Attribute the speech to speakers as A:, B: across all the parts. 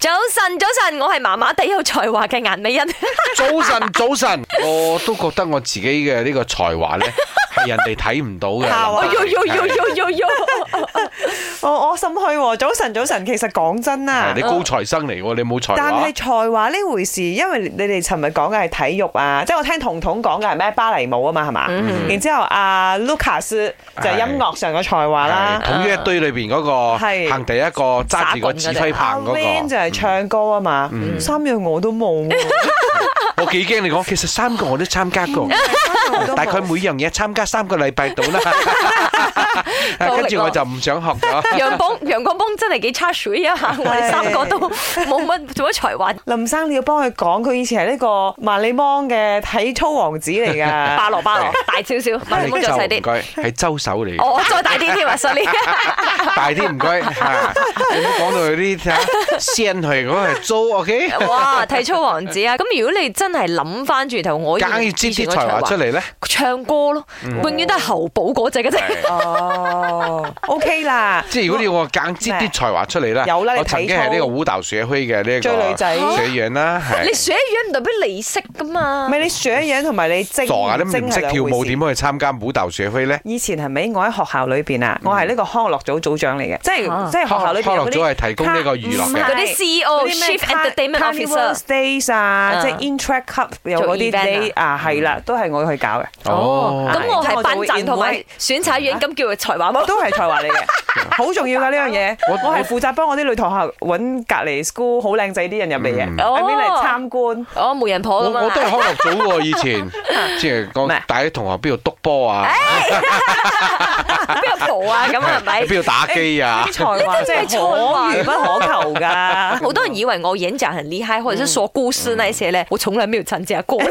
A: 早晨，早晨，我係麻麻地有才華嘅顏美 欣。哎
B: 早 晨，早晨，我都覺得我自己嘅呢個 才華咧，係人哋睇唔到嘅。
C: 靠
A: 哎呦呦呦呦呦呦！
C: 我我心虛喎，早晨早晨，其實講真
B: 係
C: 啊
B: 你。高材生嚟喎，你冇才
C: 但
B: 華
C: 係。才華呢回事，因為你哋尋日講嘅係體育啊，即係我聽彤彤講嘅係咩芭蕾舞啊嘛，係嘛？
B: 嗯
C: 然之後阿 Lucas 就係音樂上嘅才華
B: 係
C: 啦，
B: 統一堆裏邊嗰個
C: 係
B: 行第一個揸住個嗯指揮
C: 阿
B: 棒嗰
C: Van 就係
B: 個，
C: 唱歌啊嘛，三樣我都 冇喎，
B: 我幾驚你講，其實三個我都參加過，
C: 三樣我都冇
B: 大概每樣嘢參加三個禮拜到啦。 跟住我就唔想學咗。
A: 楊邦楊光邦真係幾差水啊！
B: 哎
A: 我哋三個都冇乜做乜才華，
C: 林生，你要幫佢講，佢以前係呢個萬里芒嘅體操王子嚟㗎。
A: 巴羅巴羅大少
B: 哎
A: 少，唔好再細
B: 係唔
A: 啲。
B: 該，係周手嚟嘅。
A: 我再大啲添啊，sorry。
B: 大啲唔該嚇，你唔好講到佢啲嚇聲係嗰個係租 OK，
A: 哇，體操王子啊！咁如果你真係諗翻轉頭，我以
B: 梗要
A: 以
B: 擠
A: 前
B: 啲
A: 嘅
B: 才華出嚟咧。嗯
A: 唱歌咯，永遠都係喉寶嗰只嘅啫。
C: 哦，OK 啦，
B: 即係如果要我揀擠啲才華出嚟啦，
C: 有啦你
B: 我曾經
C: 體操
B: 係呢個舞蹈社區嘅呢一
C: 追女
B: 個
C: 仔
B: 社員啦，
A: 你
B: 係
A: 寫樣唔代表你識噶嘛
C: 唔？係你上樣同埋你 精
B: 傻啊！你
C: 精
B: 唔
C: 係
B: 識
C: 兩
B: 跳
C: 回
B: 舞
C: 事
B: 點可以參加舞蹈社區咧？
C: 以前係咪我喺學校裏邊啊？我係呢個康樂組組長嚟嘅，即
A: 啊
C: 係即係學校裏邊有
B: 嗯
C: 嗰
B: 康樂
C: 啲嗯
B: 組係提供呢個娛樂嘅
C: 唔係
A: 嗰啲 CEO Chief Entertainment Officer
C: Days 啊，
A: 嗯
C: 即係 Interact Cup 有嗰啲
A: 做 event 啊
C: day 啊，係啦，都係我去搞嘅，
B: 哦，
A: 咁我係班
C: 即係我就會
A: 陣同埋
C: invite
A: 選察院，咁叫佢才華冇。
C: 都係才華嚟 嘅，好重要㗎呢樣嘢。
B: 我
C: 我係負責幫我啲女同學揾隔離 school 好靚仔啲人入嚟嘅，
A: 哦
C: 喺邊嚟參觀。
A: 哦，媒人婆
B: 我
A: 咁
B: 我都係
A: 啊！
B: 康樂組喎，以前即係
C: 咩
B: 講帶啲同學邊度篤波啊，
A: 邊個蒲啊？咁啊係咪？
B: 邊度打機啊
C: 啲，才華真係可遇不可求㗎。
A: 好多人以為我演講很厲害，或者是說故事那一些咧，我從來沒有參加過。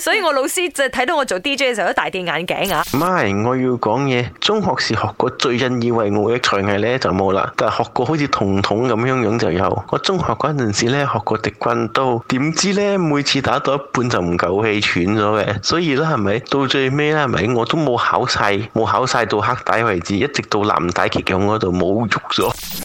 A: 所以我老師就睇到我做 DJ 嘅時候都大跌眼鏡啊！
D: 咪，我要講嘢。中學時學過最引以為傲嘅才藝呢就冇啦，但係學過好似彤彤咁樣樣就有。我中學嗰陣時呢學過跆拳道，點知呢每次打到一半就唔夠氣喘咗嘅，所以啦係咪到最尾啦係咪我都冇考晒，冇考晒到黑帶為止，一直到藍帶揭勇嗰度冇喐咗。